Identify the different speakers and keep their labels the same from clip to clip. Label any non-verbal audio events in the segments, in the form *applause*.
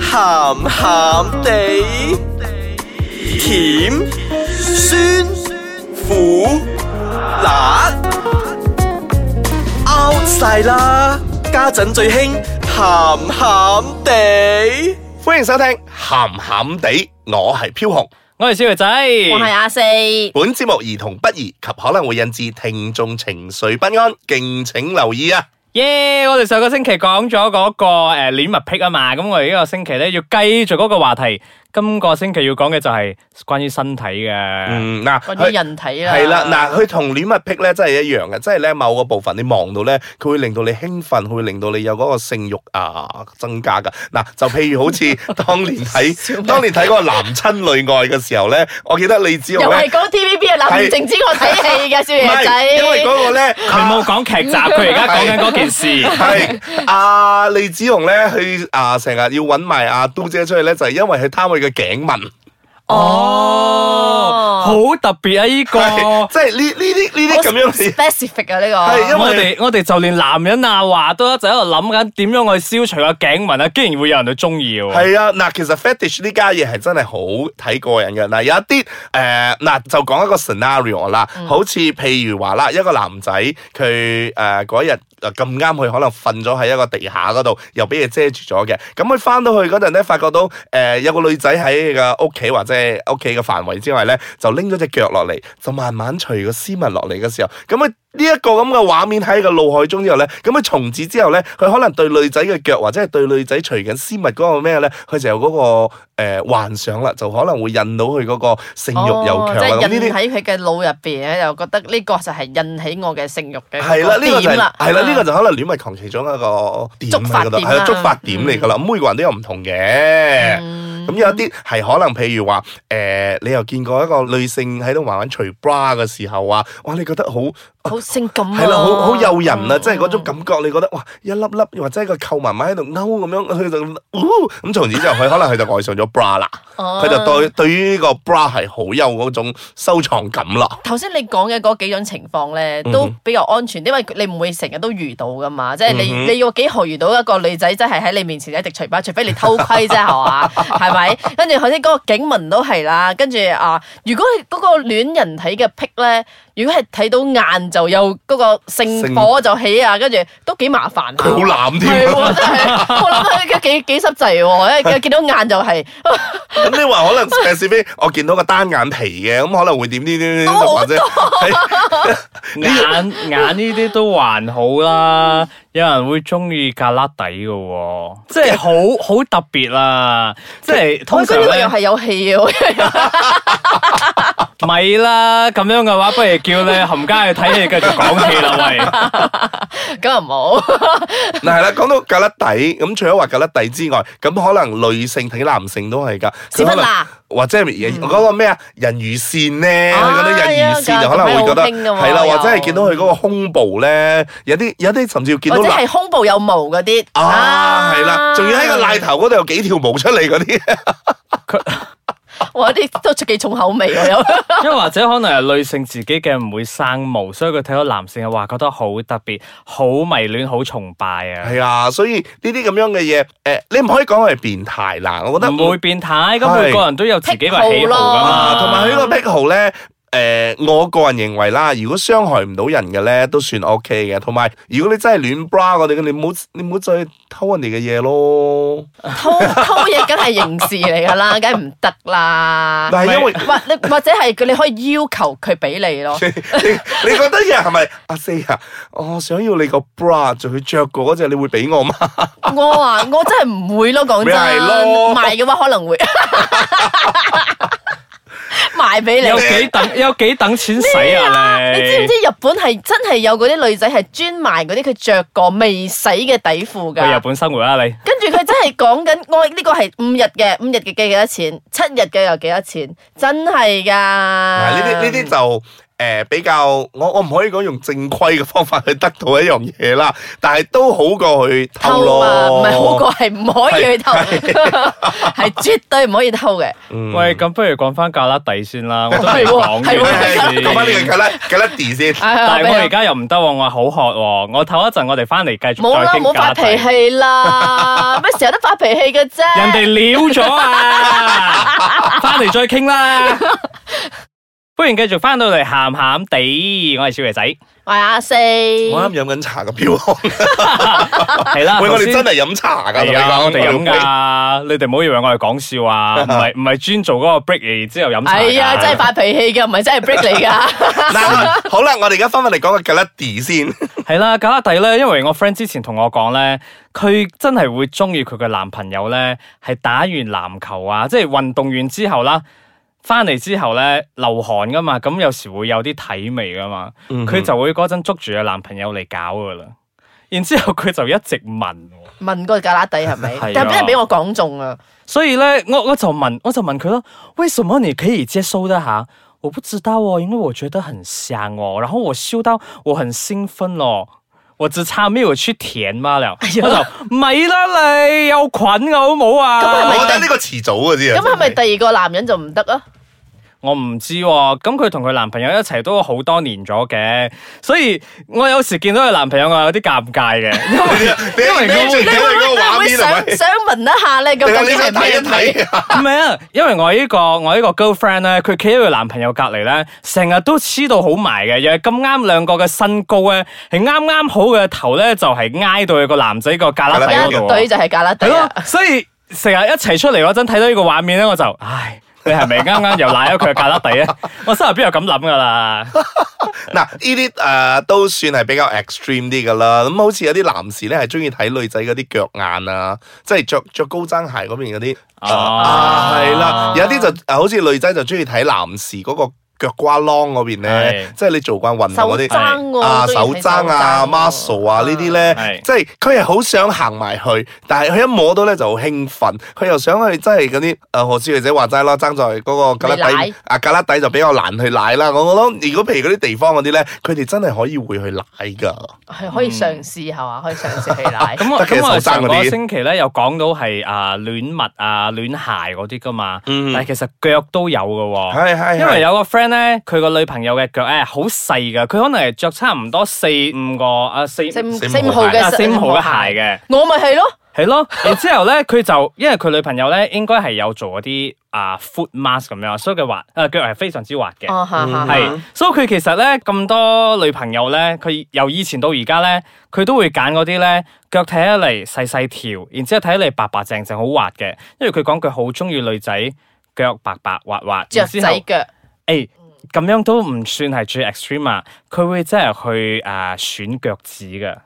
Speaker 1: 鹹鹹地，甜酸苦辣 out 晒啦！家陣最興鹹鹹地。
Speaker 2: 歡迎收聽鹹鹹地，我係飄紅。
Speaker 3: 我係小肥仔，
Speaker 4: 我係啊阿四，
Speaker 2: 本節目兒童不宜及可能會引致聽眾情緒不安，敬請留意啊！
Speaker 3: 耶！我哋上個星期講咗嗰個誒戀物癖啊嘛，咁我哋呢個星期咧要繼續嗰個話題，今個星期要講嘅就係關於身體嘅，
Speaker 2: 嗯，嗱，
Speaker 4: 關於
Speaker 2: 佢
Speaker 4: 人啊體啦，
Speaker 2: 係啦，嗱，佢同戀物癖咧真係一樣嘅，即係咧某個部分你望到咧，佢會令到你興奮，會令到你有嗰個性慾啊增加噶。嗱，就譬如好似
Speaker 4: *laughs*
Speaker 2: 當年睇當年睇嗰個男親女愛嘅時候咧，我記得李子
Speaker 4: 又
Speaker 2: 豪
Speaker 4: 係
Speaker 2: 咧，
Speaker 4: 講 TVB 啊，嗱，
Speaker 2: 係
Speaker 4: 唔淨止我睇戲嘅少
Speaker 2: 唔
Speaker 4: 爺仔，
Speaker 2: 係因為嗰個咧。
Speaker 3: 佢冇講劇集，佢而家講緊嗰件
Speaker 2: *laughs*
Speaker 3: 事。
Speaker 2: 係阿李子雄咧，佢啊成日要揾埋阿嘟姐出去咧，就係因為佢貪佢嘅頸紋，
Speaker 3: 哦，好特別啊！呢個
Speaker 2: 係即係呢呢啲呢
Speaker 4: 好
Speaker 2: 啲咁樣嘅
Speaker 4: specific 啊
Speaker 2: 係 *laughs* 因
Speaker 4: 呢
Speaker 2: 為
Speaker 3: 我哋我哋就連男人啊話都一直喺度諗緊點樣去消除個頸紋啊，竟然會有人去中意喎。
Speaker 2: 係啊，嗱，其實 fetish 呢家嘢係真係好睇個人嘅。嗱，有一啲誒，嗱就講一個 scenario 啦，好似譬如話啦，一個男仔佢誒嗰日誒咁啱佢可能瞓咗喺一個地下嗰度，又俾嘢遮住咗嘅。咁佢翻到去嗰陣咧，發覺到誒、呃有個女仔喺個屋企或者係屋企嘅範圍之外咧，就拎咗只腳落嚟，就慢慢除個絲襪落嚟嘅時候，咁佢呢一個咁嘅畫面喺個腦海中之後咧，咁佢從此之後咧，佢可能對女仔嘅腳或者係對女仔除緊絲襪嗰個咩咧，佢就有嗰、個、呃、幻想啦，就可能會引到佢嗰個性
Speaker 4: 個，
Speaker 2: 慾又強
Speaker 4: 即
Speaker 2: 啦。
Speaker 4: 係
Speaker 2: 咁呢
Speaker 4: 引
Speaker 2: 啲
Speaker 4: 喺佢嘅腦入邊咧，又覺得呢個就係引起我嘅性慾嘅
Speaker 2: 係啦，呢個就係
Speaker 4: 點啦，
Speaker 2: 係啦，呢個就可能戀物狂其中一個點
Speaker 4: 觸發
Speaker 2: 喺嗰度，
Speaker 4: 點
Speaker 2: 係啦，
Speaker 4: 啦
Speaker 2: 觸發點嚟噶啦。咁每個人都有唔同嘅。咁有一啲係可能，譬如話，誒，你又見過一個女性喺度慢慢除 bra 嘅時候啊，哇，你覺得好
Speaker 4: 好性感啊，
Speaker 2: 係啦，好好誘人啊，
Speaker 4: 嗯
Speaker 2: 即係嗰種感覺，你覺得哇，一粒粒或者係個扣慢慢喺度勾咁樣，佢就，嗚咁從此之後，佢可能佢就愛上咗 bra 啦，
Speaker 4: 哦
Speaker 2: 佢就對對於呢個 bra 係好有嗰種收藏感啦。
Speaker 4: 頭先你講嘅嗰幾種情況咧，
Speaker 2: 嗯
Speaker 4: 都比較安全，因為你唔會成日都遇到噶嘛。即係你
Speaker 2: 嗯哼
Speaker 4: 你要幾何遇到一個女仔，真係喺你面前一直除包，除非你偷窺啫，
Speaker 2: *laughs*
Speaker 4: 係嘛？係咪？跟住頭先嗰個警民都係啦，跟住啊，如果你嗰個戀人體嘅癖咧，如果係睇到眼就有嗰個性火就起啊，跟住都幾麻煩。啊
Speaker 2: 佢好啊濫
Speaker 4: 係
Speaker 2: 添，
Speaker 4: 喎，真係我諗佢幾幾濕滯喎，因為見到眼就
Speaker 2: *laughs*
Speaker 4: 係、
Speaker 2: 咁你話可能 specific，我見到個單眼皮嘅，咁可能會點點點點，或者係
Speaker 3: *laughs* 眼眼呢啲都還好啦，有人會中意格拉底嘅喎，即
Speaker 4: *laughs*
Speaker 3: 係好好特別啦，即係
Speaker 4: 我
Speaker 3: 通
Speaker 4: 覺
Speaker 3: 常
Speaker 4: 得呢個
Speaker 3: 咧
Speaker 4: *laughs* 又係有氣嘅。
Speaker 3: 咪啦，咁樣嘅話，不如叫你冚家去睇戲，繼續講戲
Speaker 4: *laughs*
Speaker 3: 啦，
Speaker 4: 咁又冇，
Speaker 2: 嗱係啦。講到格甩底，咁除咗話格甩底之外，咁可能女性睇男性都係㗎，
Speaker 4: 屎
Speaker 2: 佢
Speaker 4: 忽嗯
Speaker 2: 可能
Speaker 4: 啦。
Speaker 2: 或者係人嗰個咩啊人魚線咧，佢覺得
Speaker 4: 哎
Speaker 2: 人魚線就可能會覺得
Speaker 4: 啊係啊
Speaker 2: 係啦，
Speaker 4: 有
Speaker 2: 或者係見到佢嗰個胸部咧，有啲有啲甚至要見
Speaker 4: 或
Speaker 2: 到
Speaker 4: 者
Speaker 2: 奶
Speaker 4: 係胸部有毛嗰啲
Speaker 2: 啊，係啦，仲要喺個奶，頭嗰度有幾條毛出嚟嗰啲。
Speaker 4: 哇！啲都幾重口
Speaker 2: *laughs*
Speaker 4: 味喎，有
Speaker 3: 喂，又或者可能係女性自己嘅唔會生毛，所以佢睇到男性嘅話，覺得好特別，好迷戀，好崇拜啊，
Speaker 2: 係啊，所以呢啲咁樣嘅嘢，誒，你唔可以講佢係變態啦，我覺得
Speaker 3: 唔會變態，咁
Speaker 2: 係
Speaker 3: 每個人都有自己嘅喜好噶
Speaker 2: 啊，
Speaker 3: 嘛，
Speaker 2: 同埋佢呢個癖好咧。誒、我個人認為啦，如果傷害唔到人嘅咧，都算 O K 嘅。同埋，如果你真係亂 bra 我哋嘅，你唔好你唔好再偷人哋嘅嘢咯。
Speaker 4: 偷偷嘢梗係刑事嚟㗎啦，梗係唔得啦。
Speaker 2: 但係因為
Speaker 4: 或你或者係佢，你可以要求佢俾你
Speaker 2: *laughs*
Speaker 4: 咯。
Speaker 2: 你你覺得人係咪阿四啊？我想要你個 bra，仲要着過嗰隻，你會俾我嗎？
Speaker 4: 我話我真係唔會咯，講真，
Speaker 2: 咪係咯
Speaker 4: 賣嘅話可
Speaker 2: *laughs*
Speaker 4: 能會賣俾你
Speaker 3: 有。幾等有幾等錢使啊
Speaker 4: 你知唔知日本係真係有嗰啲女仔係專賣嗰啲佢着過未洗嘅底褲㗎？
Speaker 3: 去日本生活啦你。
Speaker 4: 跟住佢真係講緊，我呢個係五日嘅，五日嘅幾幾多錢？七日嘅又幾多錢？真係㗎。
Speaker 2: 嗱，呢啲呢啲就誒、诶、比較，我我唔可以講用正規嘅方法去得到一樣嘢啦，但係都好過去偷
Speaker 4: 偷嘛，
Speaker 2: 咯，
Speaker 4: 唔係好過係唔可以去偷， *laughs* 係絕對唔可以偷嘅。
Speaker 2: 嗯。
Speaker 3: 喂，咁不如講翻格拉底先
Speaker 2: *laughs*
Speaker 3: 啦，我都
Speaker 4: 係
Speaker 3: 未
Speaker 4: 喎
Speaker 3: 講
Speaker 4: 係
Speaker 2: 喂
Speaker 4: 喎
Speaker 2: 講翻呢個
Speaker 3: 嘅。
Speaker 2: 格拉格拉迪先，
Speaker 4: 但
Speaker 3: 但係我而家又唔得喎，我好渴喎，我唞一陣，我哋翻嚟繼續
Speaker 4: 冇
Speaker 3: 再
Speaker 4: 啦，
Speaker 3: 傾
Speaker 4: 冇
Speaker 3: 格拉
Speaker 4: 發
Speaker 3: 底。
Speaker 4: 脾氣啦，咩成日都發脾氣嘅啫。
Speaker 3: 人哋撩咗啊！翻嚟再傾
Speaker 4: *laughs*
Speaker 3: 啦。歡迎繼續翻到嚟鹹鹹地，我係小爺仔，
Speaker 4: 我係阿四，
Speaker 2: 我啱飲緊茶嘅
Speaker 3: *laughs*
Speaker 2: 飄紅，
Speaker 3: 係啦。
Speaker 2: 喂，我哋真
Speaker 3: 係
Speaker 2: 係飲茶㗎，同你
Speaker 3: 係啊，
Speaker 2: 講
Speaker 3: 我哋飲，㗎，你哋唔好以為我係講笑啊，唔係唔係專做嗰個 break 而之後飲茶㗎。
Speaker 4: 哎呀，真係發脾氣嘅，唔係真係 break 嚟㗎。
Speaker 3: *laughs*
Speaker 2: 嗱，好啦，我哋而家翻返嚟講個格拉迪先，
Speaker 3: 係啦，格拉底咧，因為我 friend 之前同我講咧，佢真係會中意佢嘅男朋友咧，係打完籃球啊，即係運動完之後啦，翻嚟之後咧流汗噶嘛，咁有時會有啲體味噶嘛，
Speaker 2: 嗯
Speaker 3: 佢、就會嗰陣捉住個男朋友嚟搞噶啦，然之後佢就一直聞喎，
Speaker 4: 問個格拉底係咪
Speaker 3: 係啊？
Speaker 4: 但係俾人俾我講中啊！
Speaker 3: 所以咧，我我就問，我就問佢咯，為什麼你可以接收得下？我不知道哦，因為我覺得很香哦，然後我嗅到我很興奮哦。我只差沒有去舔嘛了，
Speaker 4: 哎
Speaker 3: 我就咪啦你有菌嘅好冇啊！
Speaker 4: 咁係
Speaker 2: 我
Speaker 4: 咪
Speaker 2: 覺得呢個遲早嘅啫，
Speaker 4: 咁係咪
Speaker 2: 真係
Speaker 4: 第二個男人就唔得啊？
Speaker 3: 我唔知喎、咁佢同佢男朋友一齊都好多年咗嘅，所以我有時見到佢男朋友我有啲尷尬嘅，因為
Speaker 2: *laughs* 你因
Speaker 3: 因為
Speaker 2: 為
Speaker 3: 我
Speaker 2: 最
Speaker 4: 你
Speaker 2: 緊係嗰個
Speaker 4: 會
Speaker 2: 畫
Speaker 4: 會
Speaker 2: 面係咪
Speaker 4: 想？想聞一下咧？
Speaker 2: *laughs* 定
Speaker 4: 咁
Speaker 2: 係
Speaker 4: 究
Speaker 2: 你
Speaker 4: 竟
Speaker 2: 想
Speaker 4: 係
Speaker 2: 睇
Speaker 4: 咩
Speaker 2: 一
Speaker 4: 味？
Speaker 2: 睇啊？
Speaker 3: 唔係啊，因為我呢、個我呢個 girlfriend 咧，佢企喺佢男朋友隔離咧，成日都黐到好埋嘅，又係咁啱兩個嘅身高咧，係啱啱好嘅頭咧就係、挨到佢個男仔個格拉底嗰
Speaker 4: 一
Speaker 3: 度
Speaker 4: 對
Speaker 3: 喎，
Speaker 4: 就係格拉
Speaker 3: 係
Speaker 4: 底
Speaker 3: 咯
Speaker 4: 啊！，
Speaker 3: 所以成日一齊出嚟嗰陣睇到呢個畫面咧，我就唉，你係咪啱啱又賴咗佢嘅格拉底啊？我心入邊有咁諗噶啦，
Speaker 2: *laughs* 嗱，呢啲誒都算係比較 extreme 啲噶啦。咁好似有啲男士咧係中意睇女仔嗰啲腳眼啊，即係着着高踭鞋嗰邊嗰啲 *laughs*
Speaker 3: 哦
Speaker 2: 啊，係啦。有啲就啊好似女仔就中意睇男士嗰個腳瓜啷嗰邊咧，即係你做慣運動嗰
Speaker 4: 手
Speaker 2: 啲。
Speaker 4: 踭喎，
Speaker 2: 啊，
Speaker 4: 都要
Speaker 2: 手
Speaker 4: 睇
Speaker 2: 踭啊、
Speaker 4: 喎
Speaker 2: muscle
Speaker 4: Ờ.
Speaker 2: 啊呢啲咧
Speaker 3: 係，
Speaker 2: 即係佢係好想行埋去，但係佢一摸到咧就好興奮，佢又想去即係嗰啲誒何小姐姐話齋啦，爭在嗰個格拉
Speaker 4: 未
Speaker 2: 底
Speaker 4: 奶
Speaker 2: 啊格拉底就比較難去奶啦。我我諗如果譬如嗰啲地方嗰啲咧，佢哋真係可以會去奶㗎。
Speaker 3: 哦
Speaker 4: 係可以嘗試係嘛？可以嘗試去奶。
Speaker 3: 咁我
Speaker 2: 得嘅
Speaker 3: 咁我
Speaker 2: 手踭
Speaker 3: 上
Speaker 2: 嗰啲
Speaker 3: 個星期咧又講到係啊戀襪啊戀鞋嗰啲噶嘛，
Speaker 2: 嗯
Speaker 3: 但係其實腳都有嘅喎。
Speaker 2: 係哎係，
Speaker 3: 因為
Speaker 2: 有
Speaker 3: 有個 friend 咧，佢個女朋友嘅腳哎咧好細噶，佢可能係着差唔多四五個啊四
Speaker 4: 四五
Speaker 2: 四五
Speaker 4: 四五
Speaker 2: 號
Speaker 4: 號
Speaker 2: 嘅
Speaker 4: 嘅
Speaker 3: 啊四五號嘅
Speaker 4: 嘅，
Speaker 3: 鞋
Speaker 4: 我咪係咯，
Speaker 3: 嘅，係咯。 *laughs* 然之後咧，佢就因為佢女朋友咧應該係有做嗰啲啊 foot mask 咁樣，所以佢滑啊腳係非常之滑嘅。
Speaker 4: 哦嚇嚇嚇
Speaker 3: 係，所以佢其實咧咁多女朋友咧，佢由以前到而家咧，佢都會揀嗰啲咧腳睇起嚟細細條，然之後睇起嚟白白淨淨好滑嘅，因為佢講佢好中意女仔腳白白滑滑，
Speaker 4: 雀
Speaker 3: 然之後
Speaker 4: 仔腳。
Speaker 3: 誒
Speaker 2: 嗯
Speaker 3: 咁樣都唔算係最 extreme 啊！佢會真係去啊、選腳趾嘅，
Speaker 2: 啊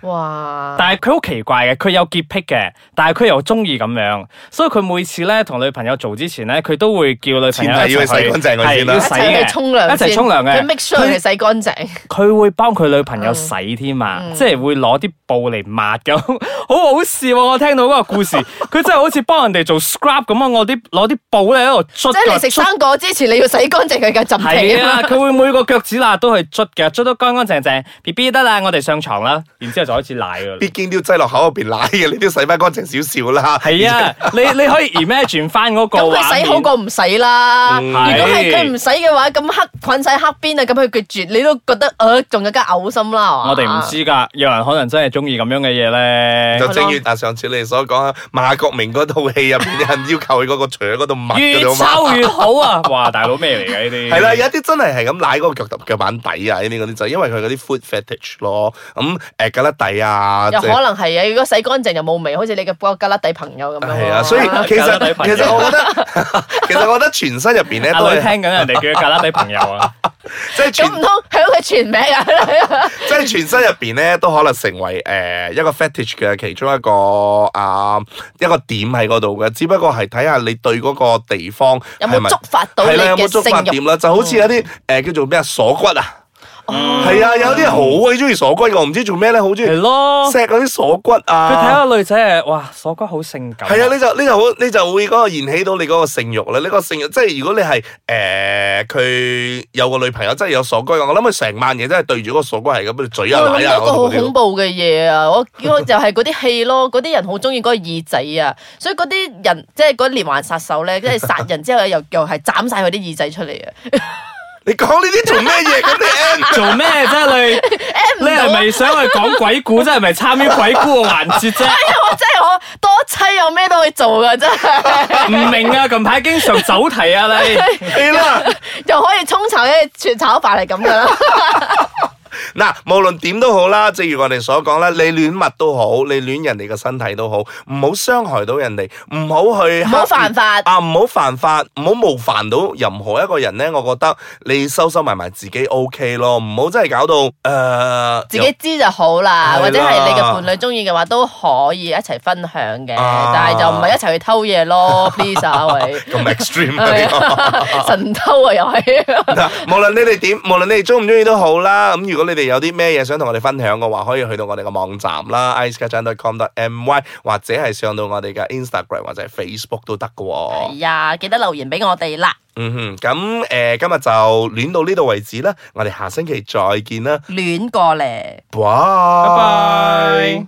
Speaker 4: 哇！
Speaker 3: 但係佢好奇怪嘅，佢有潔癖嘅，但係佢又中意咁樣，所以佢每次咧同女朋友做之前咧，佢都會叫女朋友
Speaker 2: 前提
Speaker 3: 一
Speaker 2: 要
Speaker 3: 齊
Speaker 2: 去洗乾淨佢
Speaker 3: 係
Speaker 2: 先啦
Speaker 3: 要
Speaker 4: 一
Speaker 3: 洗
Speaker 4: 齊
Speaker 3: 嘅
Speaker 4: 去沖涼
Speaker 3: 一齊
Speaker 4: 先
Speaker 3: 沖涼嘅
Speaker 4: 佢 make sure 佢洗乾淨。
Speaker 3: 佢會幫佢女朋友洗添啊，
Speaker 4: 嗯
Speaker 3: 即係會攞啲布嚟抹咁， *laughs* 好好笑喎！我聽到嗰個故事，佢真係好似幫人哋做 scrub 咁啊！我啲攞啲布咧喺度捽
Speaker 4: 即係你食
Speaker 3: 㗎捽
Speaker 4: 生果之前，你要洗乾淨佢嘅浸皮
Speaker 3: 係
Speaker 4: 啊
Speaker 3: 啊，
Speaker 4: 嘛。
Speaker 3: 佢會每個腳趾罅都去捽嘅，捽到乾乾淨淨，B B 得啦，我哋上床啦，然之後就開始奶噶啦
Speaker 2: 必。經都要擠落口入邊奶嘅，你都要洗翻乾淨少少啦。
Speaker 3: 係啊，你你可以 imagine 翻嗰個畫
Speaker 4: 咁佢洗好
Speaker 3: 面
Speaker 4: 過唔洗啦。
Speaker 2: 嗯
Speaker 4: 如果係佢唔洗嘅話，咁黑菌洗黑邊啊，咁佢決絕，你都覺得誒仲更加嘔心啦。係嘛
Speaker 3: 我哋唔。知㗎，有人可能真係中意咁樣嘅嘢
Speaker 2: 就
Speaker 3: 咧。
Speaker 2: 正如啊上次你哋所講啊，馬國明嗰套戲入邊啲人要求佢嗰個腸嗰度抹
Speaker 3: 越
Speaker 2: 嗰度嘛。
Speaker 3: 抽越好
Speaker 2: *laughs*
Speaker 3: 啊！哇，大佬咩嚟嘅呢啲？
Speaker 2: 係啦，有一啲真係係咁舐嗰個腳踏腳板底啊，呢啲嗰啲就因為佢嗰啲 food fetish 咯，咁誒格拉底啊，
Speaker 4: 又
Speaker 2: 即
Speaker 4: 可
Speaker 2: 係
Speaker 4: 能係啊！如果洗乾淨又冇味，好似你嘅嗰個吉拉底朋友咁樣
Speaker 2: 係
Speaker 4: 喎。
Speaker 2: 啊，所以其
Speaker 3: 格拉底
Speaker 2: 實
Speaker 3: 朋
Speaker 2: 其
Speaker 3: 友
Speaker 2: 實我覺得， *laughs* 其實我覺得全身入邊咧
Speaker 3: 阿
Speaker 2: 都
Speaker 3: 女
Speaker 2: 係
Speaker 3: 聽緊人哋叫佢格拉底朋友
Speaker 2: *laughs*
Speaker 3: 啊，
Speaker 2: 即係
Speaker 4: 咁
Speaker 2: 全
Speaker 4: 唔通響佢全名啊？
Speaker 2: 即係全身入邊咧都可能成為誒、呃一個 fetish 嘅其中一個啊、一個點喺嗰度嘅，只不過係睇下你對嗰個地方
Speaker 4: 有
Speaker 2: 係
Speaker 4: 冇
Speaker 2: 咪
Speaker 4: 觸發到你
Speaker 2: 係啦有冇
Speaker 4: 嘅
Speaker 2: 觸發
Speaker 4: 性
Speaker 2: 點
Speaker 4: 慾？哦
Speaker 2: 啦，就好似有啲誒、呃叫做咩啊鎖骨啊。係啊，有啲人好鬼中意鎖骨㗎，我唔知做咩咧，好中意
Speaker 3: 係咯，
Speaker 2: 錫嗰啲鎖骨
Speaker 3: 佢睇
Speaker 2: 啊。
Speaker 3: 下女仔係哇鎖骨好性感，
Speaker 2: 係啊，你就你就好，你就會嗰個燃起到你嗰個性慾啦。你個性慾，即係如果你係誒佢有個女朋友，真係有鎖骨嘅，我諗佢成晚嘢真係對住嗰個鎖骨係咁嘴啊
Speaker 4: 我
Speaker 2: 奶
Speaker 4: 諗
Speaker 2: 啊
Speaker 4: 到一個好
Speaker 2: 嗰啲
Speaker 4: 恐怖嘅嘢啊！我我就係嗰啲戲咯，嗰啲人好中意嗰個耳仔啊，所以嗰啲人即係嗰啲連環殺手咧，即係殺人之後又又係斬晒佢啲耳仔出嚟啊！
Speaker 2: 你講呢啲做咩嘢？咁你 end
Speaker 3: 做咩
Speaker 2: *laughs*
Speaker 3: 啫你？你
Speaker 2: 啊
Speaker 3: 係咪想去講鬼故？即係咪參與鬼故嘅環
Speaker 2: *laughs*
Speaker 3: 節啫？
Speaker 4: *laughs* 我真係我多妻有咩都可以做噶，真係
Speaker 3: 唔明啊！近排經常走題啊你。
Speaker 2: 你啦。
Speaker 4: *laughs* 又可以沖炒啲全炒飯係咁噶 *laughs* 啦。
Speaker 2: 嗱，無論點都好啦，正如我哋所講啦，你戀物都好，你戀人哋嘅身體都好，唔好傷害到人哋，唔好去
Speaker 4: 唔好犯法
Speaker 2: 啊，唔好犯法，唔好冒犯到任何一個人咧。我覺得你收收埋埋自己 O、K 咯，唔好真係搞到誒、呃
Speaker 4: *laughs* 自己知就好啦，
Speaker 2: 係啦
Speaker 4: 或者係你嘅伴侶中意嘅話都可以一齊分享嘅，
Speaker 2: 啊
Speaker 4: 但係就唔係一齊去偷嘢 *laughs* 咯，please 啊喂，
Speaker 2: 有
Speaker 4: *laughs*
Speaker 2: 咁 extreme 啊呢
Speaker 4: 係
Speaker 2: 個 *laughs*
Speaker 4: 啊 *laughs* 神偷啊又係。
Speaker 2: 嗱，無論你哋點，無論你哋中唔中意都好啦。咁如果你哋有啲咩嘢想同我哋分享嘅話，可以去到我哋嘅網站啦 i c e c a n c o m m y 或者係上到我哋嘅 Instagram 或者係 Facebook 都得嘅喎。
Speaker 4: 係啊，記得留言俾我哋啦，
Speaker 2: 嗯哼，咁誒、呃今日就戀到呢度為止啦。我哋下星期再見啦，
Speaker 4: 戀過咧。
Speaker 2: 拜
Speaker 3: 拜拜